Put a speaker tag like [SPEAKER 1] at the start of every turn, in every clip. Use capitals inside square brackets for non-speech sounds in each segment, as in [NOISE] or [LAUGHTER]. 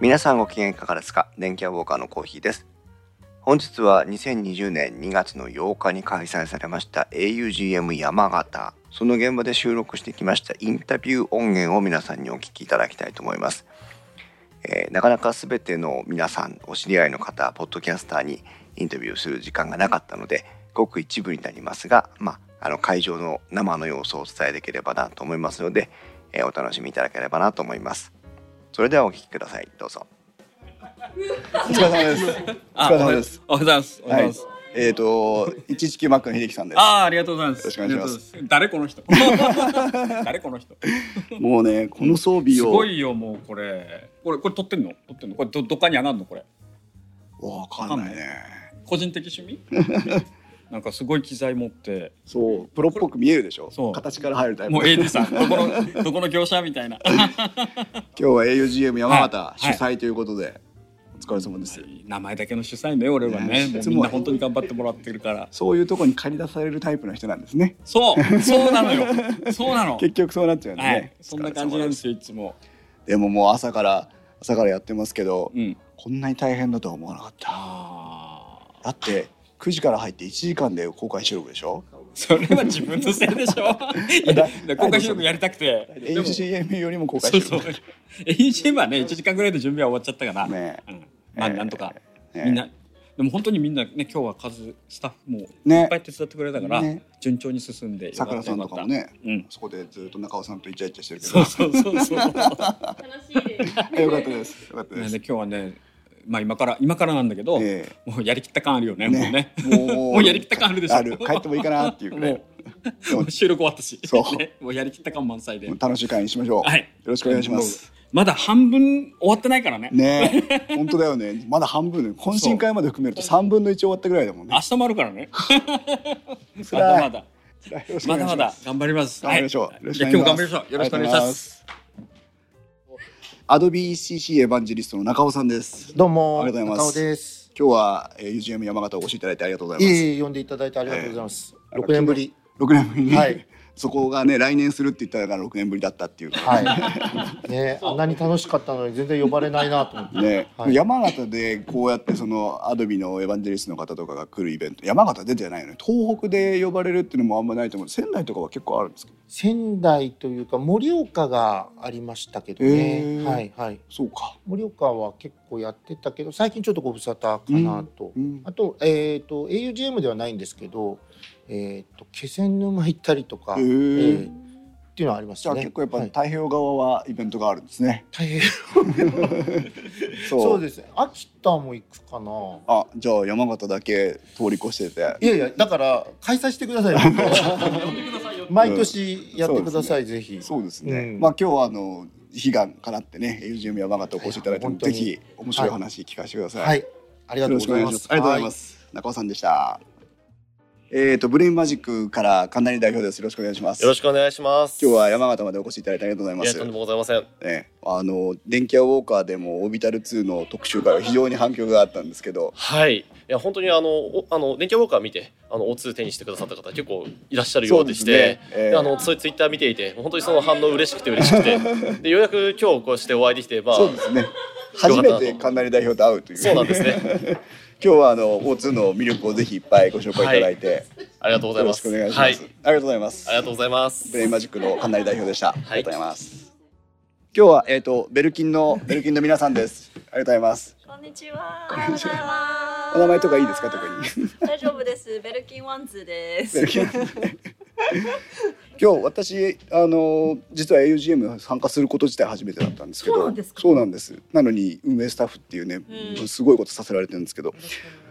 [SPEAKER 1] 皆さんご機嫌いかがですか電気屋ウォーカーのコーヒーです。本日は2020年2月の8日に開催されました augm 山形その現場で収録してきましたインタビュー音源を皆さんにお聞きいただきたいと思います、えーなかなか全ての皆さんお知り合いの方ポッドキャスターにインタビューする時間がなかったのでごく一部になりますが、まあ、あの会場の生の様子をお伝えできればなと思いますので、えーお楽しみいただければなと思いますそれではお聞きくださいどうぞ
[SPEAKER 2] お疲れ様です。お
[SPEAKER 3] あ
[SPEAKER 2] 疲れ様です。。
[SPEAKER 3] おはようございます。おは
[SPEAKER 2] は
[SPEAKER 3] ようござい
[SPEAKER 2] い
[SPEAKER 3] ます。。
[SPEAKER 2] えっ、と、一時期マックの秀樹さんです。
[SPEAKER 3] ああ、ありがとうございます。
[SPEAKER 2] よろしくお願いします
[SPEAKER 3] ありがとうございます。誰この人。誰この人。
[SPEAKER 2] もうね、この装備
[SPEAKER 3] す
[SPEAKER 2] を。
[SPEAKER 3] ごいよ、もうこれ。これ、これ撮ってんの撮ってんのこれ、ど、どっかに上がんのこれ。
[SPEAKER 2] わかんないね。
[SPEAKER 3] 個人的趣味なんかすごい機材持って、
[SPEAKER 2] そう、プロっぽく見えるでしょ
[SPEAKER 3] そう
[SPEAKER 2] 形から入るタイプ。
[SPEAKER 3] もう
[SPEAKER 2] [LAUGHS] 今
[SPEAKER 3] AD さん、どこの、どこの業者みたいな。
[SPEAKER 2] 日は AUGM 山形
[SPEAKER 3] はい
[SPEAKER 2] 主催ということで、お疲れ様です。
[SPEAKER 3] 名前だけの主催ね、俺はね。
[SPEAKER 2] ね
[SPEAKER 3] もうみんな本当に頑張ってもらってるから。
[SPEAKER 2] そういうとこに借り出されるタイプの人なんですね。
[SPEAKER 3] そう、そうなのよ。そうなの。
[SPEAKER 2] 結局そうなっちゃうんでね。。
[SPEAKER 3] はい。そんな感じなんですすよ、いつも。
[SPEAKER 2] でももう朝から、朝からやってますけど、
[SPEAKER 3] うん。
[SPEAKER 2] こんなに大変だとは思わなかった。
[SPEAKER 3] ああ。
[SPEAKER 2] だって、9時から入って1時間で公開収録でしょ
[SPEAKER 3] それは自分のせいでしょ。いや、公開収録やりたくて。でも
[SPEAKER 2] ?AUGM よりも公開
[SPEAKER 3] そう
[SPEAKER 2] 収
[SPEAKER 3] そう
[SPEAKER 2] 録。。
[SPEAKER 3] AGM はね、1時間ぐらいで準備は終わっちゃったから。
[SPEAKER 2] ね
[SPEAKER 3] うん、まあ、
[SPEAKER 2] ええ
[SPEAKER 3] なんとか、
[SPEAKER 2] ね
[SPEAKER 3] みんな。でも本当にみんなね、今日は数、スタッフもいっ
[SPEAKER 2] ね
[SPEAKER 3] ぱい手伝ってくれたから、
[SPEAKER 2] ね
[SPEAKER 3] 順調に進んでよか
[SPEAKER 2] さ
[SPEAKER 3] った
[SPEAKER 2] くらさんとかも。
[SPEAKER 3] よ
[SPEAKER 2] ね
[SPEAKER 3] かったうん。
[SPEAKER 2] そこでずっと中尾さんとイチャイチャしてるけど
[SPEAKER 3] そうそうそう
[SPEAKER 2] [LAUGHS]
[SPEAKER 3] そ
[SPEAKER 4] 楽
[SPEAKER 3] う。
[SPEAKER 4] しいです。
[SPEAKER 2] あよかったですよかったで
[SPEAKER 3] なん
[SPEAKER 2] す
[SPEAKER 3] で今日はね、まあ今から、今からなんだけど、
[SPEAKER 2] ええ
[SPEAKER 3] もうやりきった感あるよね、もうね。
[SPEAKER 2] も
[SPEAKER 3] もうやりきった感あるでしょ。
[SPEAKER 2] ある帰ってもいいかなっていうぐら [LAUGHS] い
[SPEAKER 3] もう、もう収録 [LAUGHS] 終わったし、
[SPEAKER 2] そう
[SPEAKER 3] ねもうやりきった感満載で。
[SPEAKER 2] 楽しい会にしましょう、
[SPEAKER 3] はい
[SPEAKER 2] よろしくお願いします
[SPEAKER 3] まだ半分終わってないからね。
[SPEAKER 2] ねえ本当だよねまだ半分懇親会まで含めると3分の1終わったぐらいだもんね
[SPEAKER 3] 明日もあるから
[SPEAKER 2] [LAUGHS]
[SPEAKER 3] ね。ま
[SPEAKER 2] 辛
[SPEAKER 3] だ
[SPEAKER 2] い
[SPEAKER 3] まだ。
[SPEAKER 2] よろしくお
[SPEAKER 3] ま
[SPEAKER 2] 願
[SPEAKER 3] だ
[SPEAKER 2] い
[SPEAKER 3] まだ
[SPEAKER 2] しす
[SPEAKER 3] 頑張ります。
[SPEAKER 2] 頑張りましょう
[SPEAKER 3] はい
[SPEAKER 2] よろしく
[SPEAKER 3] じゃあ今日頑張りましょう。よろしくお願いします。
[SPEAKER 2] アドビ ECC エヴァンジリストの中尾さんです
[SPEAKER 5] どうも、
[SPEAKER 2] ありがとうございます
[SPEAKER 5] 中尾です。
[SPEAKER 2] 今日は、えー、UGM 山形をお越しいただいてありがとうござい
[SPEAKER 5] い
[SPEAKER 2] ます
[SPEAKER 5] えいえ、呼んでいただいてありがとうございます。
[SPEAKER 2] ええ
[SPEAKER 5] 六年ぶり。
[SPEAKER 2] 6年ぶりに、
[SPEAKER 5] はい
[SPEAKER 2] そこがね来年するって言ったから6年ぶりだったっていう
[SPEAKER 5] はい。ね、あんなに楽しかったのに、全然呼ばれないなと思って。
[SPEAKER 2] [LAUGHS] ね、
[SPEAKER 5] はい
[SPEAKER 2] 山形でこうやってそのアドビのエヴァンジェリストの方とかが来るイベント山形出てないよね東北で呼ばれるっていうのもあんまないと思う仙台とかは結構あるんですけど
[SPEAKER 5] 仙台というか、盛岡がありましたけど
[SPEAKER 2] へえ
[SPEAKER 5] ね。はい、はい。
[SPEAKER 2] そうか、
[SPEAKER 5] 盛岡は結構やってたけど、最近ちょっとご無沙汰かなと
[SPEAKER 2] う。ん、
[SPEAKER 5] あと、えっと、A. U. G. M. ではないんですけど。えっと、気仙沼行ったりとか。
[SPEAKER 2] へ
[SPEAKER 5] ええ
[SPEAKER 2] え
[SPEAKER 5] っていうのはありまし
[SPEAKER 2] じゃ
[SPEAKER 5] た
[SPEAKER 2] あ
[SPEAKER 5] ね。
[SPEAKER 2] 結構やっぱ
[SPEAKER 5] はい
[SPEAKER 2] 太平洋側はイベントがあるんですね、
[SPEAKER 5] 大変。
[SPEAKER 2] [LAUGHS]
[SPEAKER 5] [LAUGHS]
[SPEAKER 2] そう
[SPEAKER 5] そうですね。秋田も行くかな。
[SPEAKER 2] あじゃあ山形だけ通り越してて
[SPEAKER 5] いやいや、だから開催してく
[SPEAKER 2] [LAUGHS]
[SPEAKER 5] ださいよ。毎年やってください、ぜひ。
[SPEAKER 2] そうですね、
[SPEAKER 5] うん
[SPEAKER 2] まあ今日はあの悲願かなってね UGM 山形お越しいただいて
[SPEAKER 5] はい本当
[SPEAKER 2] ぜ
[SPEAKER 5] に
[SPEAKER 2] ひ面白い話聞かせてください、
[SPEAKER 5] はい、ありが
[SPEAKER 2] よ
[SPEAKER 5] とう
[SPEAKER 2] ろ
[SPEAKER 5] ご
[SPEAKER 2] しくお
[SPEAKER 5] ざいま。
[SPEAKER 2] 願いしますす。。ありがとうございますす。中尾さんでした。えっ、とブレインマジックから神成代表です。よろしくお願いします。
[SPEAKER 6] よろしくお願いします。
[SPEAKER 2] 今日は山形までお越しいただいてありがとうございま
[SPEAKER 6] いや
[SPEAKER 2] す
[SPEAKER 6] とん。でもございません。
[SPEAKER 2] ね、あの電気屋ウォーカーでもオービタル2の特集会は非常に反響があったんですけど、
[SPEAKER 6] はい。いや本当にあのおあの電気屋ウォーカー見てあの O2 手にしてくださった方結構いらっしゃるようでして、
[SPEAKER 2] そうですねええ
[SPEAKER 6] であのそういうツイッター見ていて本当にその反応嬉しくて嬉しく
[SPEAKER 2] [LAUGHS]
[SPEAKER 6] て、でようやく今日こうしてお会いできてまあ
[SPEAKER 2] そうですね。
[SPEAKER 6] かった
[SPEAKER 2] 初めて神成代表と会うという。
[SPEAKER 6] そうなんですね。
[SPEAKER 2] [LAUGHS] 今日はあの O2 の魅力をぜひいっぱいご紹介いただいて、
[SPEAKER 6] ありがとうござい
[SPEAKER 2] よろ
[SPEAKER 6] ま
[SPEAKER 2] し
[SPEAKER 6] す。
[SPEAKER 2] くお願いします。
[SPEAKER 6] は
[SPEAKER 2] あ
[SPEAKER 6] い。
[SPEAKER 2] りがとうございます。
[SPEAKER 6] ありがとうございます
[SPEAKER 2] ブ。レインマジックの神成代表でした。ありがとうございます。今日はえっ、とベルキンのベルキンの皆さんです。ありがとうございます。
[SPEAKER 4] こんにちは。おはようございます。
[SPEAKER 2] お名前とかいいですか特に。 [LAUGHS]
[SPEAKER 4] 大丈夫です。ベルキンワンズです。
[SPEAKER 2] ベルキン。今日私あの実は AUGM 参加すること自体初めてだったんですけど
[SPEAKER 4] そうなんですか
[SPEAKER 2] そうなんですなのに運営スタッフっていうね、
[SPEAKER 4] うん
[SPEAKER 2] すごいことさせられてるんですけど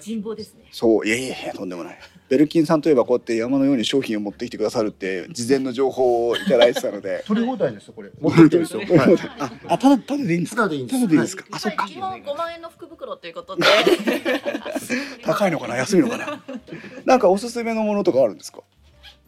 [SPEAKER 4] 人望ですね。
[SPEAKER 2] そういやいやいやとんでもないベルキンさんといえばこうやって山のように商品を持ってきてくださるって事前の情報をいただいてたので
[SPEAKER 5] 取り放題ですよ、これ。持ってってるんですよ。はい
[SPEAKER 2] ああただただでいいんです
[SPEAKER 5] た
[SPEAKER 2] か
[SPEAKER 5] だでいいんで
[SPEAKER 2] ただ
[SPEAKER 5] す。
[SPEAKER 2] でいいですか、
[SPEAKER 5] は
[SPEAKER 2] あそっか
[SPEAKER 4] 基本5万円の福袋ということで。
[SPEAKER 2] [LAUGHS] 高いのかな安いのかな [LAUGHS] なんかおすすめのものとかあるんですか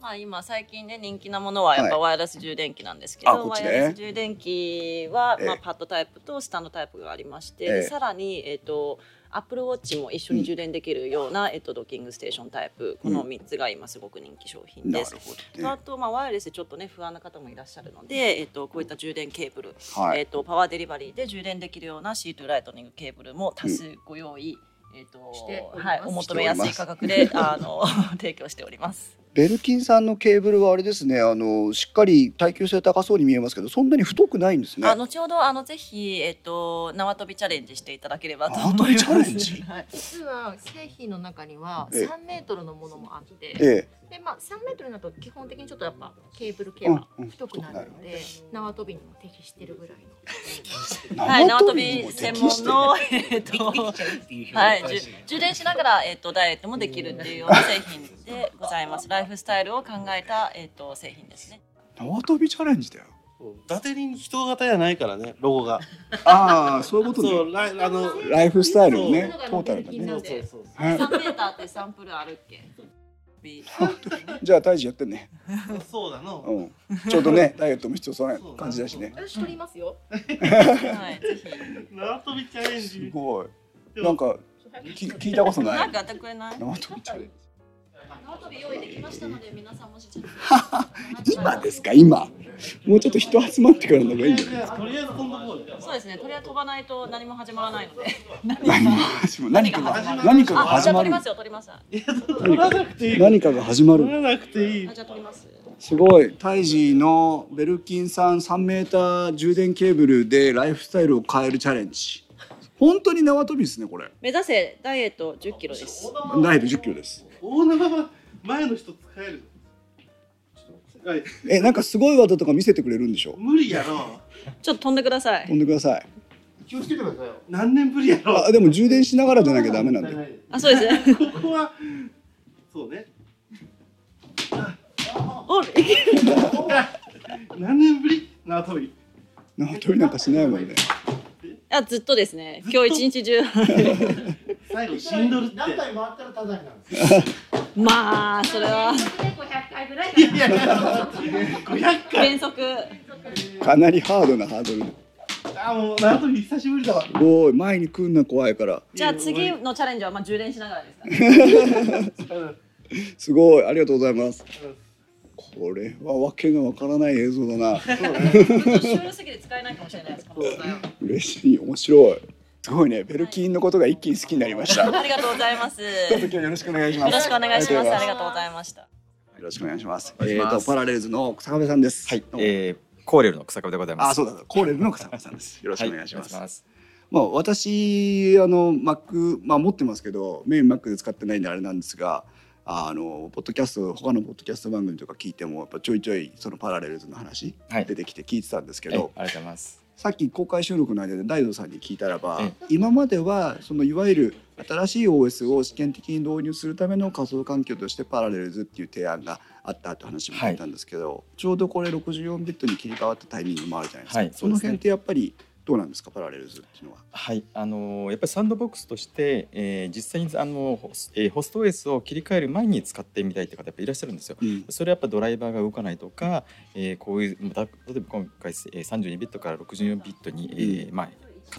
[SPEAKER 4] まあ今最近ね人気なものはやっぱ
[SPEAKER 2] は
[SPEAKER 4] ワイヤレス充電器なんですけど、
[SPEAKER 2] あこっ
[SPEAKER 4] ワ
[SPEAKER 2] ち
[SPEAKER 4] イ
[SPEAKER 2] ね
[SPEAKER 4] ヤレス充電器は
[SPEAKER 2] ええ
[SPEAKER 4] まあパッドタイプと下のタイプがありまして、
[SPEAKER 2] ええ
[SPEAKER 4] でさらにえっ、と Apple Watch も一緒に充電できるような、えっと、ドッキングステーションタイプこの3つが今すごく人気商品
[SPEAKER 2] な
[SPEAKER 4] で
[SPEAKER 2] る
[SPEAKER 4] す。
[SPEAKER 2] ほど
[SPEAKER 4] とあ
[SPEAKER 2] ね。
[SPEAKER 4] と、まあ、ワイヤレスでちょっとね不安な方もいらっしゃるので、えっと、こういった充電ケーブル、
[SPEAKER 2] は
[SPEAKER 4] え
[SPEAKER 2] い。
[SPEAKER 4] っと、パワーデリバリーで充電できるような C2 ライトニングケーブルも多数ご用意、えっと
[SPEAKER 7] しております
[SPEAKER 4] はい、お求めやすい価格であの [LAUGHS] 提供しております。
[SPEAKER 2] ベルキンさんのケーブルはあれですね。あのしっかり耐久性高そうに見えますけど、そんなに太くないんですね。
[SPEAKER 4] あ後ほどあのぜひ、えっと、縄跳びチャレンジしていただければと
[SPEAKER 2] 縄
[SPEAKER 4] 思い
[SPEAKER 2] 跳
[SPEAKER 4] ます。
[SPEAKER 2] びチャレンジ
[SPEAKER 4] はい、
[SPEAKER 7] 実は製品の中には
[SPEAKER 2] ええ
[SPEAKER 7] 3メートルのものもあって、
[SPEAKER 2] え
[SPEAKER 7] でまあ3メートルだと基本的にちょっとやっぱケーブル
[SPEAKER 2] え。
[SPEAKER 7] 系は
[SPEAKER 2] うんうん
[SPEAKER 7] 太くなるので、縄跳びにも適してるぐらいの。
[SPEAKER 4] はい、縄跳
[SPEAKER 2] に
[SPEAKER 4] び
[SPEAKER 2] も
[SPEAKER 4] 専
[SPEAKER 2] 適
[SPEAKER 4] 門
[SPEAKER 2] してる
[SPEAKER 4] の、えっ
[SPEAKER 2] [LAUGHS]
[SPEAKER 4] と、はい、じゅ充電しながら、えっと、ダイエットもできるっていうような製品でございます。ライフスタイルを考えた、えっと、製品ですね。
[SPEAKER 2] 縄跳びチャレンジだよ。
[SPEAKER 8] 伊達に人型やないからねロゴ
[SPEAKER 9] [LAUGHS]
[SPEAKER 8] が
[SPEAKER 2] ああ、そういうことね。
[SPEAKER 8] そうライあの
[SPEAKER 2] [LAUGHS] ライフスタイルをね
[SPEAKER 7] そう、
[SPEAKER 2] トータルだね。
[SPEAKER 7] そう
[SPEAKER 8] そう
[SPEAKER 2] はい
[SPEAKER 4] 3メーターってサンプルあるっけ。び
[SPEAKER 2] じゃあ、大事やってね。
[SPEAKER 8] そう
[SPEAKER 2] [LAUGHS]
[SPEAKER 8] そうだの
[SPEAKER 2] うん。ちょうどね、ダイエットも必要そうな感じだしね。
[SPEAKER 7] よし、取りますよ。
[SPEAKER 4] はい、ぜひ。
[SPEAKER 8] 縄跳びチャレン
[SPEAKER 2] す
[SPEAKER 8] ジ
[SPEAKER 2] ごい。なんか、き聞いたことな
[SPEAKER 4] なん
[SPEAKER 2] い。
[SPEAKER 4] かやってくれない。
[SPEAKER 2] 縄跳びチャレンジ。
[SPEAKER 4] 縄跳び用意できましたので、皆さんもしちょっと。
[SPEAKER 2] 今ですか、今。もうちょっと人集まってからの方がいいんじゃないですか。
[SPEAKER 8] とりあえず飛んどこうよ
[SPEAKER 4] そうですね、これは飛ばないと、何も始まらないので。
[SPEAKER 2] 何かが、何かが
[SPEAKER 4] あ、じ
[SPEAKER 2] 始
[SPEAKER 4] ゃあ
[SPEAKER 2] ま
[SPEAKER 4] 取り
[SPEAKER 2] る
[SPEAKER 4] ま。すよ、取ります。あ、
[SPEAKER 8] 取らなくていい
[SPEAKER 2] 何かが始ま
[SPEAKER 8] 取
[SPEAKER 2] る。
[SPEAKER 8] らなくていい
[SPEAKER 4] じゃあ取ります。
[SPEAKER 2] すごい。タイジーのベルキンさん3メーター充電ケーブルでライフスタイルを変えるチャレンジ。本当に縄跳びですね、これ。
[SPEAKER 4] 目指せ、ダイエット10キロです。
[SPEAKER 2] ダイエット10キロです。
[SPEAKER 8] 大縄は前の人使えるはい
[SPEAKER 2] えなんかすごい技とか見せてくれるんでしょ
[SPEAKER 8] 無理やろ
[SPEAKER 4] ちょっと飛んでください
[SPEAKER 2] 飛。んでください
[SPEAKER 8] 気をつけてくださいよ何年ぶりやろ
[SPEAKER 2] あでも充電しながらじゃなきゃダメなんだよ
[SPEAKER 4] あ、そうですね。
[SPEAKER 8] ここはそうね
[SPEAKER 4] お、い [LAUGHS] け
[SPEAKER 8] 何年ぶり縄跳び
[SPEAKER 2] 縄跳びなんかしないもんね
[SPEAKER 4] あ、ずっとですね。今日一日中。
[SPEAKER 8] 最後死んどるって
[SPEAKER 5] 何回回ったらただになるんです
[SPEAKER 4] まあ、それは
[SPEAKER 7] 500回ぐらいか
[SPEAKER 8] いやいや500回
[SPEAKER 4] 原則。
[SPEAKER 2] かなりハードなハードル
[SPEAKER 8] あもう縄跳び久しぶりだわ
[SPEAKER 2] おい前に来んな怖いから
[SPEAKER 4] じゃあ、次のチャレンジは、まあ、充電しながらですかね。
[SPEAKER 8] うん
[SPEAKER 2] すごいありがとうございますこれはわけがわからない映像だな
[SPEAKER 4] ちょっとシュールすぎて使えないかもしれないです。この素材は
[SPEAKER 2] 嬉しい面白いすごいねベルキンのことが一気に好きになりました
[SPEAKER 4] ありがとうございます。
[SPEAKER 2] どうぞ
[SPEAKER 4] よ
[SPEAKER 2] 今日よろしくお願いします
[SPEAKER 4] ろしくお願いします。あ
[SPEAKER 2] ありがとう
[SPEAKER 4] りがとうございました。
[SPEAKER 2] ございますよろしくお願いします
[SPEAKER 10] お願いします
[SPEAKER 2] えーとパラレルズの坂部さんです
[SPEAKER 10] はい
[SPEAKER 2] ど、うも
[SPEAKER 10] えー、コーレルの草壁でございます。
[SPEAKER 2] あそうだコーレルの坂部さんですよろし
[SPEAKER 10] はい
[SPEAKER 2] くお願いします
[SPEAKER 10] お願いします。
[SPEAKER 2] まあ、私あの Mac、まあ、持ってますけどメイン Mac で使ってないんであれなんですがああのポッドキャスト他のポッドキャスト番組とか聞いてもやっぱちょいちょいそのパラレルズの話
[SPEAKER 10] はい
[SPEAKER 2] 出てきて聞いてたんですけ
[SPEAKER 10] はいありが
[SPEAKER 2] ど、
[SPEAKER 10] とうございます。
[SPEAKER 2] さっき公開収録の間で大道さんに聞いたらば、
[SPEAKER 10] え
[SPEAKER 2] 今まではそのいわゆる新しい OS を試験的に導入するための仮想環境としてパラレルズっていう提案があったって話も聞いたんですけど、ちょうどこれ64ビットに切り替わったタイミングもあるじゃないですか、
[SPEAKER 10] はい
[SPEAKER 2] そ
[SPEAKER 10] そうですね
[SPEAKER 2] の辺ってやっぱりどうなんですかパラレルズっていうのは。
[SPEAKER 10] はい、あのーやっぱりサンドボックスとして、えー実際にあのホス、えーホスト OS を切り替える前に使ってみたいって方やっぱいらっしゃるんですよ。
[SPEAKER 2] うん
[SPEAKER 10] それはやっぱドライバーが動かないとか、えーこういうまた例えば今回えー32ビットから64ビットに、えーまあ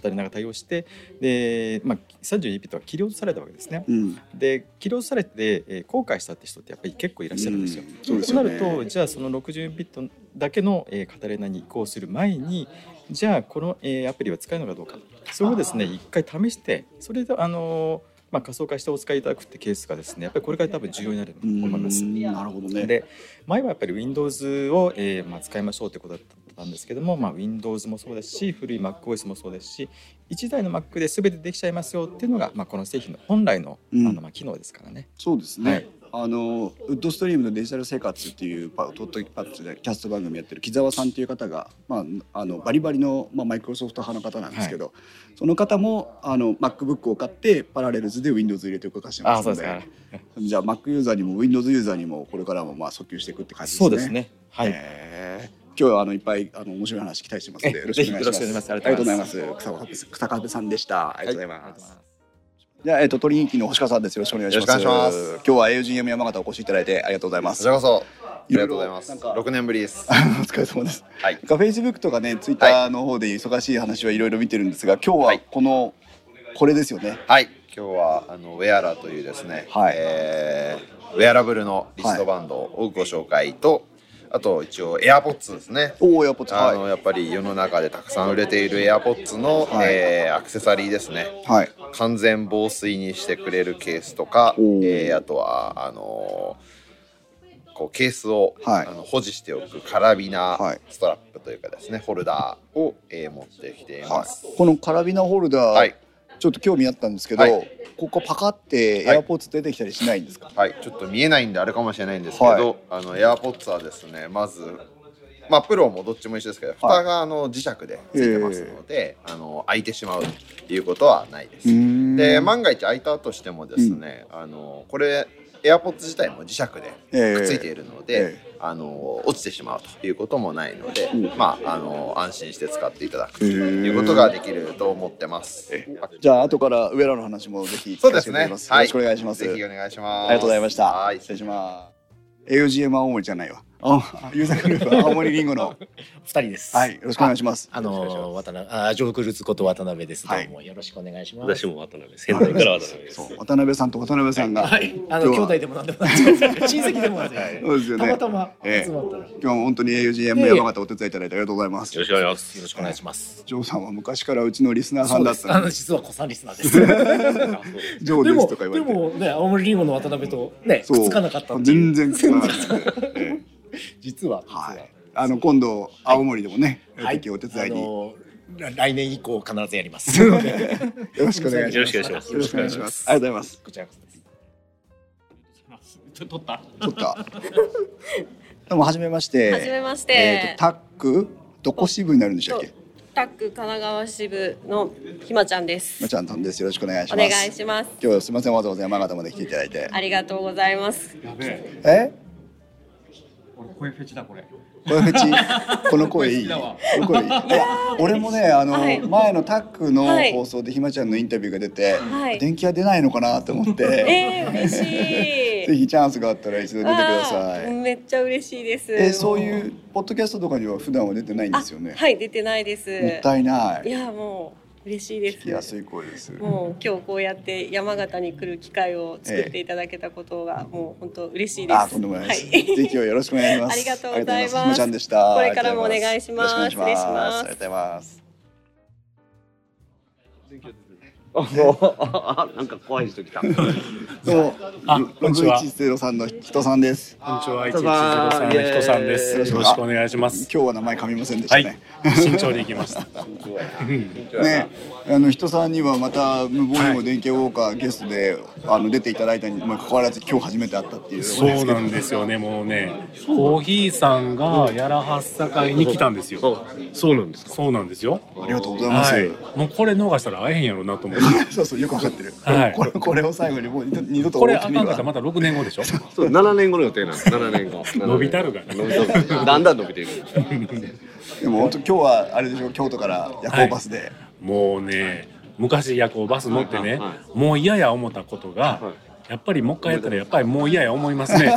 [SPEAKER 10] 語りながら対応してで、まあ、32ビットは切り落とされたわけですね。
[SPEAKER 2] うん
[SPEAKER 10] で切り落とされて、えー後悔したって人ってやっぱり結構いらっしゃるんですよ。
[SPEAKER 2] うんそうです
[SPEAKER 10] と
[SPEAKER 2] よ
[SPEAKER 10] な
[SPEAKER 2] ね
[SPEAKER 10] るとじゃあその60ビットだけの、えーカタレナに移行する前にじゃあこの、えーアプリは使えるのかどうかそれをですね一回試してそれであのーまあ、仮想化してお使いいただくってケースがですねやっぱりこれから多分重要になると思います。
[SPEAKER 2] うんなるほどね。
[SPEAKER 10] で前はやっぱり Windows を、えーまあ、使いましょうってことだったんですけども、まあ、Windows もそうですし古い MacOS もそうですし1台の Mac で全てできちゃいますよっていうのが、まあ、この製品の本来の,、
[SPEAKER 2] うん
[SPEAKER 10] あのまあ機能ですからね。
[SPEAKER 2] そうですね。
[SPEAKER 10] はい
[SPEAKER 2] あのウッドストリームのデジタル生活っていうパトッドキャスト番組やってる木澤さんっていう方が、まあ、あのバリバリの、まあ、マイクロソフト派の方なんですけど、その方もあの MacBook を買ってパラレルズで Windows 入れて動かしてま
[SPEAKER 10] あ
[SPEAKER 2] す
[SPEAKER 10] そう
[SPEAKER 2] の
[SPEAKER 10] です
[SPEAKER 2] で
[SPEAKER 10] か
[SPEAKER 2] [LAUGHS] じゃあ Mac ユーザーにも Windows ユーザーにもこれからもまあ訴求していくって感じですね。
[SPEAKER 10] そうですね。はい。
[SPEAKER 2] へー今日はあのいっぱいあの面白い話期待してますので
[SPEAKER 10] え
[SPEAKER 2] よろしくお願いします。
[SPEAKER 10] ぜひよろしくお
[SPEAKER 2] あ
[SPEAKER 10] 願
[SPEAKER 2] り
[SPEAKER 10] い
[SPEAKER 2] が
[SPEAKER 10] します
[SPEAKER 2] とうございます。草壁草壁さんでした。ありがとうござい
[SPEAKER 10] ありが
[SPEAKER 2] ま
[SPEAKER 10] とうご
[SPEAKER 2] す
[SPEAKER 10] ざい。ます。
[SPEAKER 2] じゃあ、えっと、鳥人気の星川さんです。よろしくお願いします。
[SPEAKER 11] よろしくお願いします
[SPEAKER 2] 今日は AUGM 山形お越しいただいてありがとうございま
[SPEAKER 11] こ
[SPEAKER 2] す。
[SPEAKER 11] ちらこそあり
[SPEAKER 2] ろ
[SPEAKER 11] が
[SPEAKER 2] い
[SPEAKER 11] とう
[SPEAKER 2] ろ
[SPEAKER 11] ございます。
[SPEAKER 2] なんか
[SPEAKER 11] 六年ぶりです。
[SPEAKER 2] [LAUGHS] お疲れ様です。
[SPEAKER 11] はい
[SPEAKER 2] なんか Facebook とかね、Twitter の方で忙しい話はいろいろ見てるんですが、今日はこのこれですよね。
[SPEAKER 11] はい、今日はあのウェアラーというですね、
[SPEAKER 2] はい
[SPEAKER 11] えーウェアラブルのリストバンドをご紹介と、あと一応エアポッツですね。
[SPEAKER 2] おおエアポッツ
[SPEAKER 11] あの、やっぱり世の中でたくさん売れているエアポッツの、えーアクセサリーですね。
[SPEAKER 2] はい。
[SPEAKER 11] 完全防水にしてくれるケースとか、えーあとはあのーこうケースを、あの保持しておくカラビナストラップというかですね、ホルダーを、えー持ってきています。
[SPEAKER 2] このカラビナホルダー、ちょっと興味あったんですけど、
[SPEAKER 11] はい
[SPEAKER 2] ここパカってエアポーツ出てきたりしないんですか、
[SPEAKER 11] はい、ちょっと見えないんであれかもしれないんですけど、あの AirPods はですねまず、まあ、プロもどっちも一緒ですけど蓋があの磁石でついてますので、あの開いてしまうっていうことはないです。で万が一開いたとしてもですね、あのこれ AirPods 自体も磁石
[SPEAKER 2] ええ
[SPEAKER 11] でくっついているので、あの落ちてしまうということもないので、
[SPEAKER 2] うん
[SPEAKER 11] まあ、あの安心して使っていただくということができると思ってます。
[SPEAKER 2] じゃあ後から上らの話もぜひ
[SPEAKER 11] そ
[SPEAKER 2] 聞
[SPEAKER 11] うで
[SPEAKER 2] か
[SPEAKER 11] す
[SPEAKER 2] せて
[SPEAKER 11] ね。
[SPEAKER 2] います。よろしくお願いします。
[SPEAKER 11] はぜひお願いします。
[SPEAKER 2] ありがとうございました。
[SPEAKER 11] はい、
[SPEAKER 2] 失礼します。AOGM 青森じゃないわ。あ、ユーザーグループ青森リンゴの
[SPEAKER 12] [LAUGHS] 二人です。
[SPEAKER 2] はい、よろしくお願いします。
[SPEAKER 12] あの渡辺あ上空ルツこと渡辺です。どうもよろしくお願いします。
[SPEAKER 2] 私も
[SPEAKER 12] 渡辺です仙台から渡辺です。
[SPEAKER 2] 渡辺さんと渡辺さんが、
[SPEAKER 12] はい、あの兄弟でもなんでもない。
[SPEAKER 2] [LAUGHS]
[SPEAKER 12] 親戚でもない。
[SPEAKER 2] そうですよね
[SPEAKER 12] たまたま
[SPEAKER 2] ええ
[SPEAKER 12] 集まったら。
[SPEAKER 2] 今日も本当に AOGM 山形お手伝いいただいてありがとうございます。よろしくお願いします。
[SPEAKER 12] よろしくお願いします。
[SPEAKER 2] ジョーさんは昔からうちのリスナーさ
[SPEAKER 12] そ
[SPEAKER 2] ん
[SPEAKER 12] う
[SPEAKER 2] だ
[SPEAKER 12] で
[SPEAKER 2] っ
[SPEAKER 12] す。
[SPEAKER 2] た
[SPEAKER 12] あ
[SPEAKER 2] ん
[SPEAKER 12] の
[SPEAKER 2] です。
[SPEAKER 12] 実は子さんリスナー
[SPEAKER 2] [LAUGHS]
[SPEAKER 12] です。
[SPEAKER 2] ジョーですとか言われて
[SPEAKER 12] でもでもね青森リンゴの渡辺とね
[SPEAKER 2] そう
[SPEAKER 12] くっつかなかったっていう
[SPEAKER 2] 全然聞かなかった
[SPEAKER 12] [LAUGHS]
[SPEAKER 2] ですね。
[SPEAKER 12] 実は実は、
[SPEAKER 2] あの今度青森でもね、ぜひお手
[SPEAKER 12] あ
[SPEAKER 2] 伝いに。
[SPEAKER 12] のら来年以降必ずやり
[SPEAKER 2] [LAUGHS]
[SPEAKER 12] ます。よ
[SPEAKER 2] ろしくお願いしますよろしくお願いしますよろしくお願いしますありがとうございます。
[SPEAKER 12] こちらこそ。
[SPEAKER 3] ちょ取った
[SPEAKER 2] 取ったどうも初めまして。
[SPEAKER 13] 初めまして
[SPEAKER 2] えーとタックどこ支部になるんでしたっけ？
[SPEAKER 13] タック神奈川支部のひまちゃんです。
[SPEAKER 2] まちゃんさんです。よろしくお願いし
[SPEAKER 13] お
[SPEAKER 2] ます。
[SPEAKER 13] 願いします。
[SPEAKER 2] 今日はすみませんわざわざ山形まで来ていただいて。
[SPEAKER 13] ありがとうございます。
[SPEAKER 2] え？
[SPEAKER 3] 俺声フェチだこれ
[SPEAKER 2] このフェチこの声いい。この声いい。え俺もね
[SPEAKER 13] [LAUGHS]
[SPEAKER 2] あの、
[SPEAKER 3] はい
[SPEAKER 2] 前のタックの
[SPEAKER 13] はい
[SPEAKER 2] 放送でひまちゃんのインタビューが出て、
[SPEAKER 13] はい
[SPEAKER 2] 電気は出ないのかなと思って。
[SPEAKER 13] えー、嬉しい。
[SPEAKER 2] [LAUGHS] ぜひチャンスがあったら一度出てくださ
[SPEAKER 13] あー
[SPEAKER 2] い。
[SPEAKER 13] めっちゃ嬉しいです。
[SPEAKER 2] えそういうポッドキャストとかには普段は出てないんですよね。
[SPEAKER 13] はい出てないです。
[SPEAKER 2] もったいない
[SPEAKER 13] いやもう嬉しいです。
[SPEAKER 2] 聞きやすい声です。
[SPEAKER 13] もう今日こうやって山形に来る機会を作っていただけたことがもう本当嬉しいです。
[SPEAKER 2] あ、とんでもないです。
[SPEAKER 13] はい
[SPEAKER 2] ぜひ今日はよろしくお願いしま
[SPEAKER 13] [LAUGHS]
[SPEAKER 2] す。
[SPEAKER 13] ありがとうございます
[SPEAKER 2] ありがとうごひまちゃんでした。
[SPEAKER 13] これからもお願いします
[SPEAKER 2] ありがとうござ
[SPEAKER 13] 失
[SPEAKER 2] い
[SPEAKER 13] 礼します
[SPEAKER 2] よろくお願いしますありがとうございます。
[SPEAKER 14] あなんか怖い人来た。
[SPEAKER 2] どうも、
[SPEAKER 14] あこんにちは
[SPEAKER 2] 六一ゼロさんの人さんです。
[SPEAKER 14] こんにちは1103の人さんですよろしくお願いします。
[SPEAKER 2] 今日は名前噛みませんでしたね。
[SPEAKER 14] 慎重に行きました。
[SPEAKER 2] ね、あの人さんにはまた無謀にも電気ウォーカーゲストで、あの出ていただいたにもかかわらず今日初めて会ったっていう。
[SPEAKER 14] そうなんですよね、もうね、コーヒーさんがやらはっさ会に来たんですよ。そうなんですか。そうなんですよ。
[SPEAKER 2] ありがとうございます
[SPEAKER 14] はもうこれ逃したら会えへんやろなと思って。
[SPEAKER 2] [LAUGHS] そうそうよくわかってる。
[SPEAKER 14] はい
[SPEAKER 2] これこれを最後にもう二度二度と
[SPEAKER 14] これ
[SPEAKER 2] 大
[SPEAKER 14] あか
[SPEAKER 2] き
[SPEAKER 14] ん
[SPEAKER 2] 見る
[SPEAKER 14] かった
[SPEAKER 2] わ
[SPEAKER 14] ら。また6年後でしょ。
[SPEAKER 15] そう7年後の予定なんです7年後
[SPEAKER 14] [LAUGHS] 伸びたるがな
[SPEAKER 15] 伸びたるだんだん伸びていく
[SPEAKER 2] [LAUGHS] でも本当今日はあれでしょ京都から夜行バスで、
[SPEAKER 14] もうね、昔夜行バス乗ってね、もう嫌や思ったことが、やっぱりもう一回やったらやっぱりもう嫌や思いますね。
[SPEAKER 2] [LAUGHS]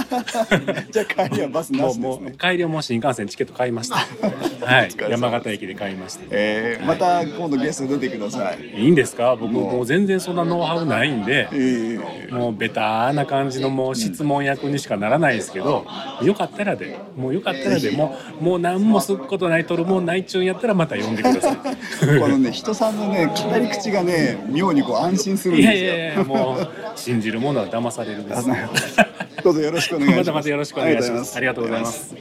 [SPEAKER 2] じゃあ帰りはバスな
[SPEAKER 14] も
[SPEAKER 2] しで
[SPEAKER 14] う
[SPEAKER 2] す
[SPEAKER 14] もう帰りはもう新幹線チケット買いました。はい、山形駅で買いました。
[SPEAKER 2] えーまた今度ゲスト出てください。
[SPEAKER 14] いいんですか僕もう全然そんなノウハウないんで、もうベターな感じのもう質問役にしかならないですけど、よかったらでもうよかったらでもうもう何もすることない取るもんないっちゅうんやったらまた呼んでください。
[SPEAKER 2] [LAUGHS] このね人さんのね語り口がね妙にこう安心するん
[SPEAKER 14] い
[SPEAKER 2] です
[SPEAKER 14] や
[SPEAKER 2] よ。
[SPEAKER 14] いやいやもう信じるものは騙されるです。
[SPEAKER 2] どうぞよろしくお願いしま
[SPEAKER 14] ま
[SPEAKER 2] す。
[SPEAKER 14] たまたよろしくお願いします。ありがとうございます。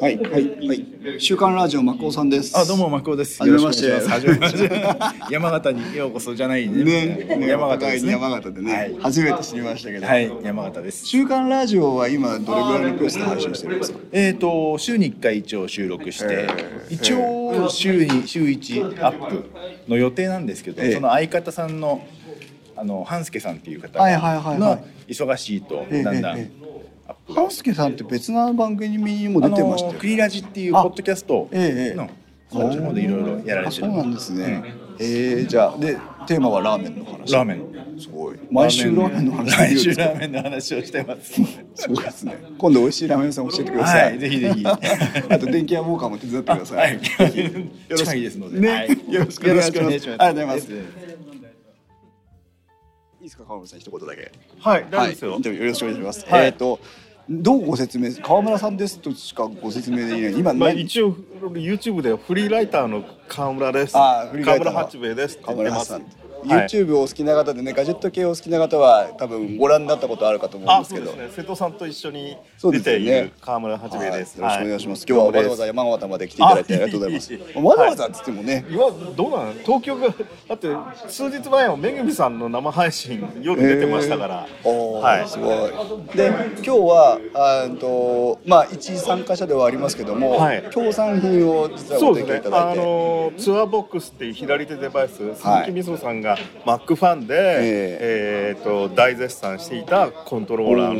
[SPEAKER 2] はいはいはい。週刊ラジオマコさんです。あ
[SPEAKER 9] どうもマコです。
[SPEAKER 2] はじめまして。
[SPEAKER 9] よろくお願いしますはじめまして。山形にようこそじゃないね。
[SPEAKER 2] ね
[SPEAKER 9] 山形ですね。
[SPEAKER 2] 山形でね
[SPEAKER 9] はい
[SPEAKER 2] 初めて知りましたけど
[SPEAKER 9] はい、山形です。
[SPEAKER 2] 週刊ラジオは今どれぐらいのペースで配信してるんですか。
[SPEAKER 9] えっ、と週に一回一応収録して、一応週に週一アップの予定なんですけど、
[SPEAKER 2] ええ
[SPEAKER 9] その相方さんのあの半助さんっていう方
[SPEAKER 2] はいはいはいはい
[SPEAKER 9] が忙しいと
[SPEAKER 2] ええ
[SPEAKER 9] だんだん
[SPEAKER 2] えハウスケさんって別な番組にも出てまし
[SPEAKER 9] あ
[SPEAKER 2] たよ
[SPEAKER 9] の。
[SPEAKER 2] ね
[SPEAKER 9] クリラジっていうポッドキャストの、
[SPEAKER 2] ええええ
[SPEAKER 9] そっちの方でいろいろやられてる
[SPEAKER 2] あそうなんですね。えー、じゃあでテーマはラーメンの話
[SPEAKER 9] ラーメン
[SPEAKER 2] すごい毎週ラーメンの話
[SPEAKER 9] 毎週ラーメンの話をしてます
[SPEAKER 2] そうですね今度美味しいラーメン屋さん教えてください、
[SPEAKER 9] はいぜひぜひ
[SPEAKER 2] [LAUGHS] あと電気屋ウォーカーも手伝ってください、
[SPEAKER 9] よろしくですので、
[SPEAKER 2] ね
[SPEAKER 9] はい
[SPEAKER 2] よろしくお願いします
[SPEAKER 9] よろ
[SPEAKER 2] ありがとうございますいいですか川村さん一言だけ
[SPEAKER 9] はい大丈夫ですよ
[SPEAKER 2] インタビューよろしくお願いします、
[SPEAKER 9] はい
[SPEAKER 2] えっ、とどうご説明川村さんですとしかご説明できない今、
[SPEAKER 9] まあ、
[SPEAKER 2] 何
[SPEAKER 9] 一応 YouTube ではフリーライターの川村です
[SPEAKER 2] あーフリーライ
[SPEAKER 9] 川村
[SPEAKER 2] ターの
[SPEAKER 9] 八兵衛ですって
[SPEAKER 2] 川
[SPEAKER 9] 言って
[SPEAKER 2] 村
[SPEAKER 9] ま
[SPEAKER 2] 八
[SPEAKER 9] す
[SPEAKER 2] さん、YouTube をお好きな方でねガジェット系をお好きな方は多分ご覧になったことあるかと思うん
[SPEAKER 9] あ
[SPEAKER 2] です
[SPEAKER 9] そう
[SPEAKER 2] け
[SPEAKER 9] で
[SPEAKER 2] ど
[SPEAKER 9] すね瀬戸さんと一緒に
[SPEAKER 2] そう
[SPEAKER 9] 出
[SPEAKER 2] ですよ
[SPEAKER 9] て
[SPEAKER 2] ね
[SPEAKER 9] いる川村八兵衛です
[SPEAKER 2] よろしくお願いします、
[SPEAKER 9] はい
[SPEAKER 2] 今日はわざわざ山形まで来ていただいてありがとうございますわざわざっつってもね
[SPEAKER 9] 今どうなの東京がだって数日前はめぐみさんの生配信夜出てましたから、
[SPEAKER 2] えーおー
[SPEAKER 9] はい
[SPEAKER 2] すごいで今日はあーんとまあ一参加者ではありますけども、
[SPEAKER 9] はい
[SPEAKER 2] 協賛品を実は
[SPEAKER 9] そ
[SPEAKER 2] ご
[SPEAKER 9] うで
[SPEAKER 2] 提
[SPEAKER 9] す
[SPEAKER 2] 供
[SPEAKER 9] ね
[SPEAKER 2] いただ
[SPEAKER 9] あ
[SPEAKER 2] いて、
[SPEAKER 9] のーツアーボックスっていう左手デバイス鈴木みそさんが Mac ファンで、えーと大絶賛していたコントローラー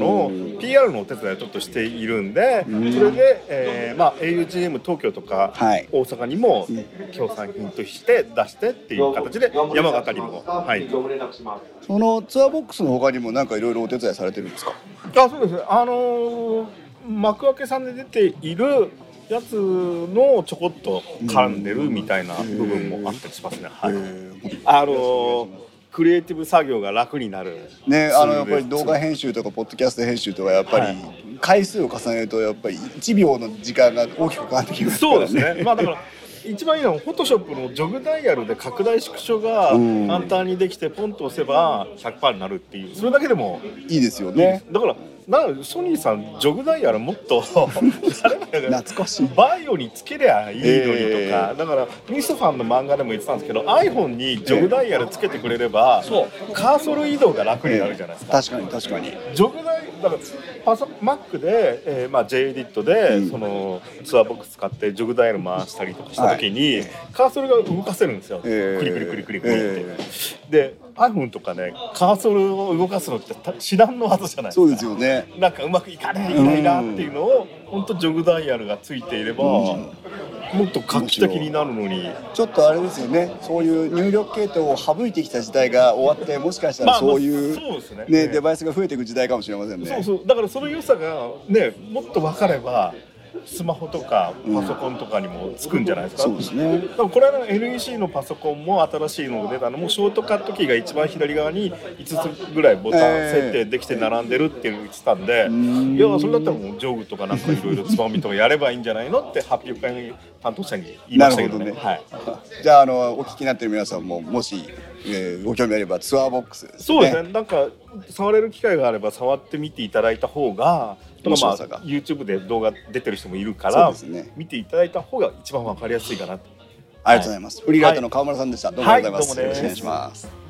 [SPEAKER 9] の PR のお手伝いをちょっとしているんで、
[SPEAKER 2] ん
[SPEAKER 9] それで、えーまあ、augm 東京とか
[SPEAKER 2] はい
[SPEAKER 9] 大阪にも協賛品として出してっていう形で山形にも、はい、
[SPEAKER 2] そのツアーボックスの他にもなんかいろいろお手伝いされてるんですか
[SPEAKER 9] あそうですねあのー幕開けさんで出ているやつのをちょこっと絡んでるみたいな部分もあったりしますね、はいあのークリエイティブ作業が楽になる
[SPEAKER 2] ねあのやっぱり動画
[SPEAKER 9] 編
[SPEAKER 2] 編集とかポッドキャスト編集とかやっぱ
[SPEAKER 9] は
[SPEAKER 2] り回数を重ねるとやっぱり1秒の時間が大きく変わってきますから
[SPEAKER 9] そうですねまあだから一番いいのはフォトショップのジョグダイヤルで拡大縮小が
[SPEAKER 2] うん
[SPEAKER 9] 簡単にできてポンと押せば100%になるっていうそれだけでも
[SPEAKER 2] いいですよね
[SPEAKER 9] だからなんかソニーさんジョグダイヤルもっと懐
[SPEAKER 2] かしい
[SPEAKER 9] バイオにつけりゃいいのにとか、
[SPEAKER 2] ええ
[SPEAKER 9] だからミソさんの漫画でも言ってたんですけど iPhone にジョグダイヤルつけてくれれば、カーソル移動が楽になるじゃないですか、
[SPEAKER 2] 確かに確かに
[SPEAKER 9] ジョグダイだからパソ Mac で、えーまあ、J エディットで、そのツアーボックス使ってジョグダイヤル回したりとかした時に、カーソルが動かせるんですよ、
[SPEAKER 2] ええ
[SPEAKER 9] クリクリクリクリクリって、で iPhone とかねカーソルを動かすのってた至難の技じゃないですか
[SPEAKER 2] そうですよね
[SPEAKER 9] なんかうまくいかないいないなっていうのを本当ジョグダイヤルがついていれば、もっと画期的になるのに
[SPEAKER 2] ちょっとあれですよねそういう入力系統を省いてきた時代が終わってもしかした
[SPEAKER 9] ま
[SPEAKER 2] ら
[SPEAKER 9] あまあ
[SPEAKER 2] そういう,、
[SPEAKER 9] そうですね
[SPEAKER 2] ねデバイスが増えていく時代かもしれませんね
[SPEAKER 9] そうそうだからその良さがねもっと分かればスマホとかパソコンとかにもつくんじゃないですか、
[SPEAKER 2] そうですね
[SPEAKER 9] だからこれは NEC のパソコンも新しいのが出たのもショートカットキーが一番左側に5つぐらいボタン設定できて並んでるっていうのを言ってたんで、いやそれだったらもうジョグとかなんかいろいろつまみとかやればいいんじゃないのって発表会の担当者に言いましたけどね
[SPEAKER 2] なるほ
[SPEAKER 9] はい、
[SPEAKER 2] じゃああのお聞きになってる皆さんももし、えーご興味あればツアーボックスですね
[SPEAKER 9] そうですねなんか触れる機会があれば触ってみていただいた方がと
[SPEAKER 2] 面
[SPEAKER 9] かま
[SPEAKER 2] 白
[SPEAKER 9] あ
[SPEAKER 2] さが
[SPEAKER 9] YouTube で動画出てる人もいるから、
[SPEAKER 2] そうですね
[SPEAKER 9] 見ていただいた方が一番わかりやすいかなと
[SPEAKER 2] ありがとうございます、フリーライターの川村さんでしたどうもありがとうございま
[SPEAKER 9] はいど
[SPEAKER 2] す、よ
[SPEAKER 9] う
[SPEAKER 2] ろ
[SPEAKER 9] も
[SPEAKER 2] し
[SPEAKER 9] です
[SPEAKER 2] くお願いします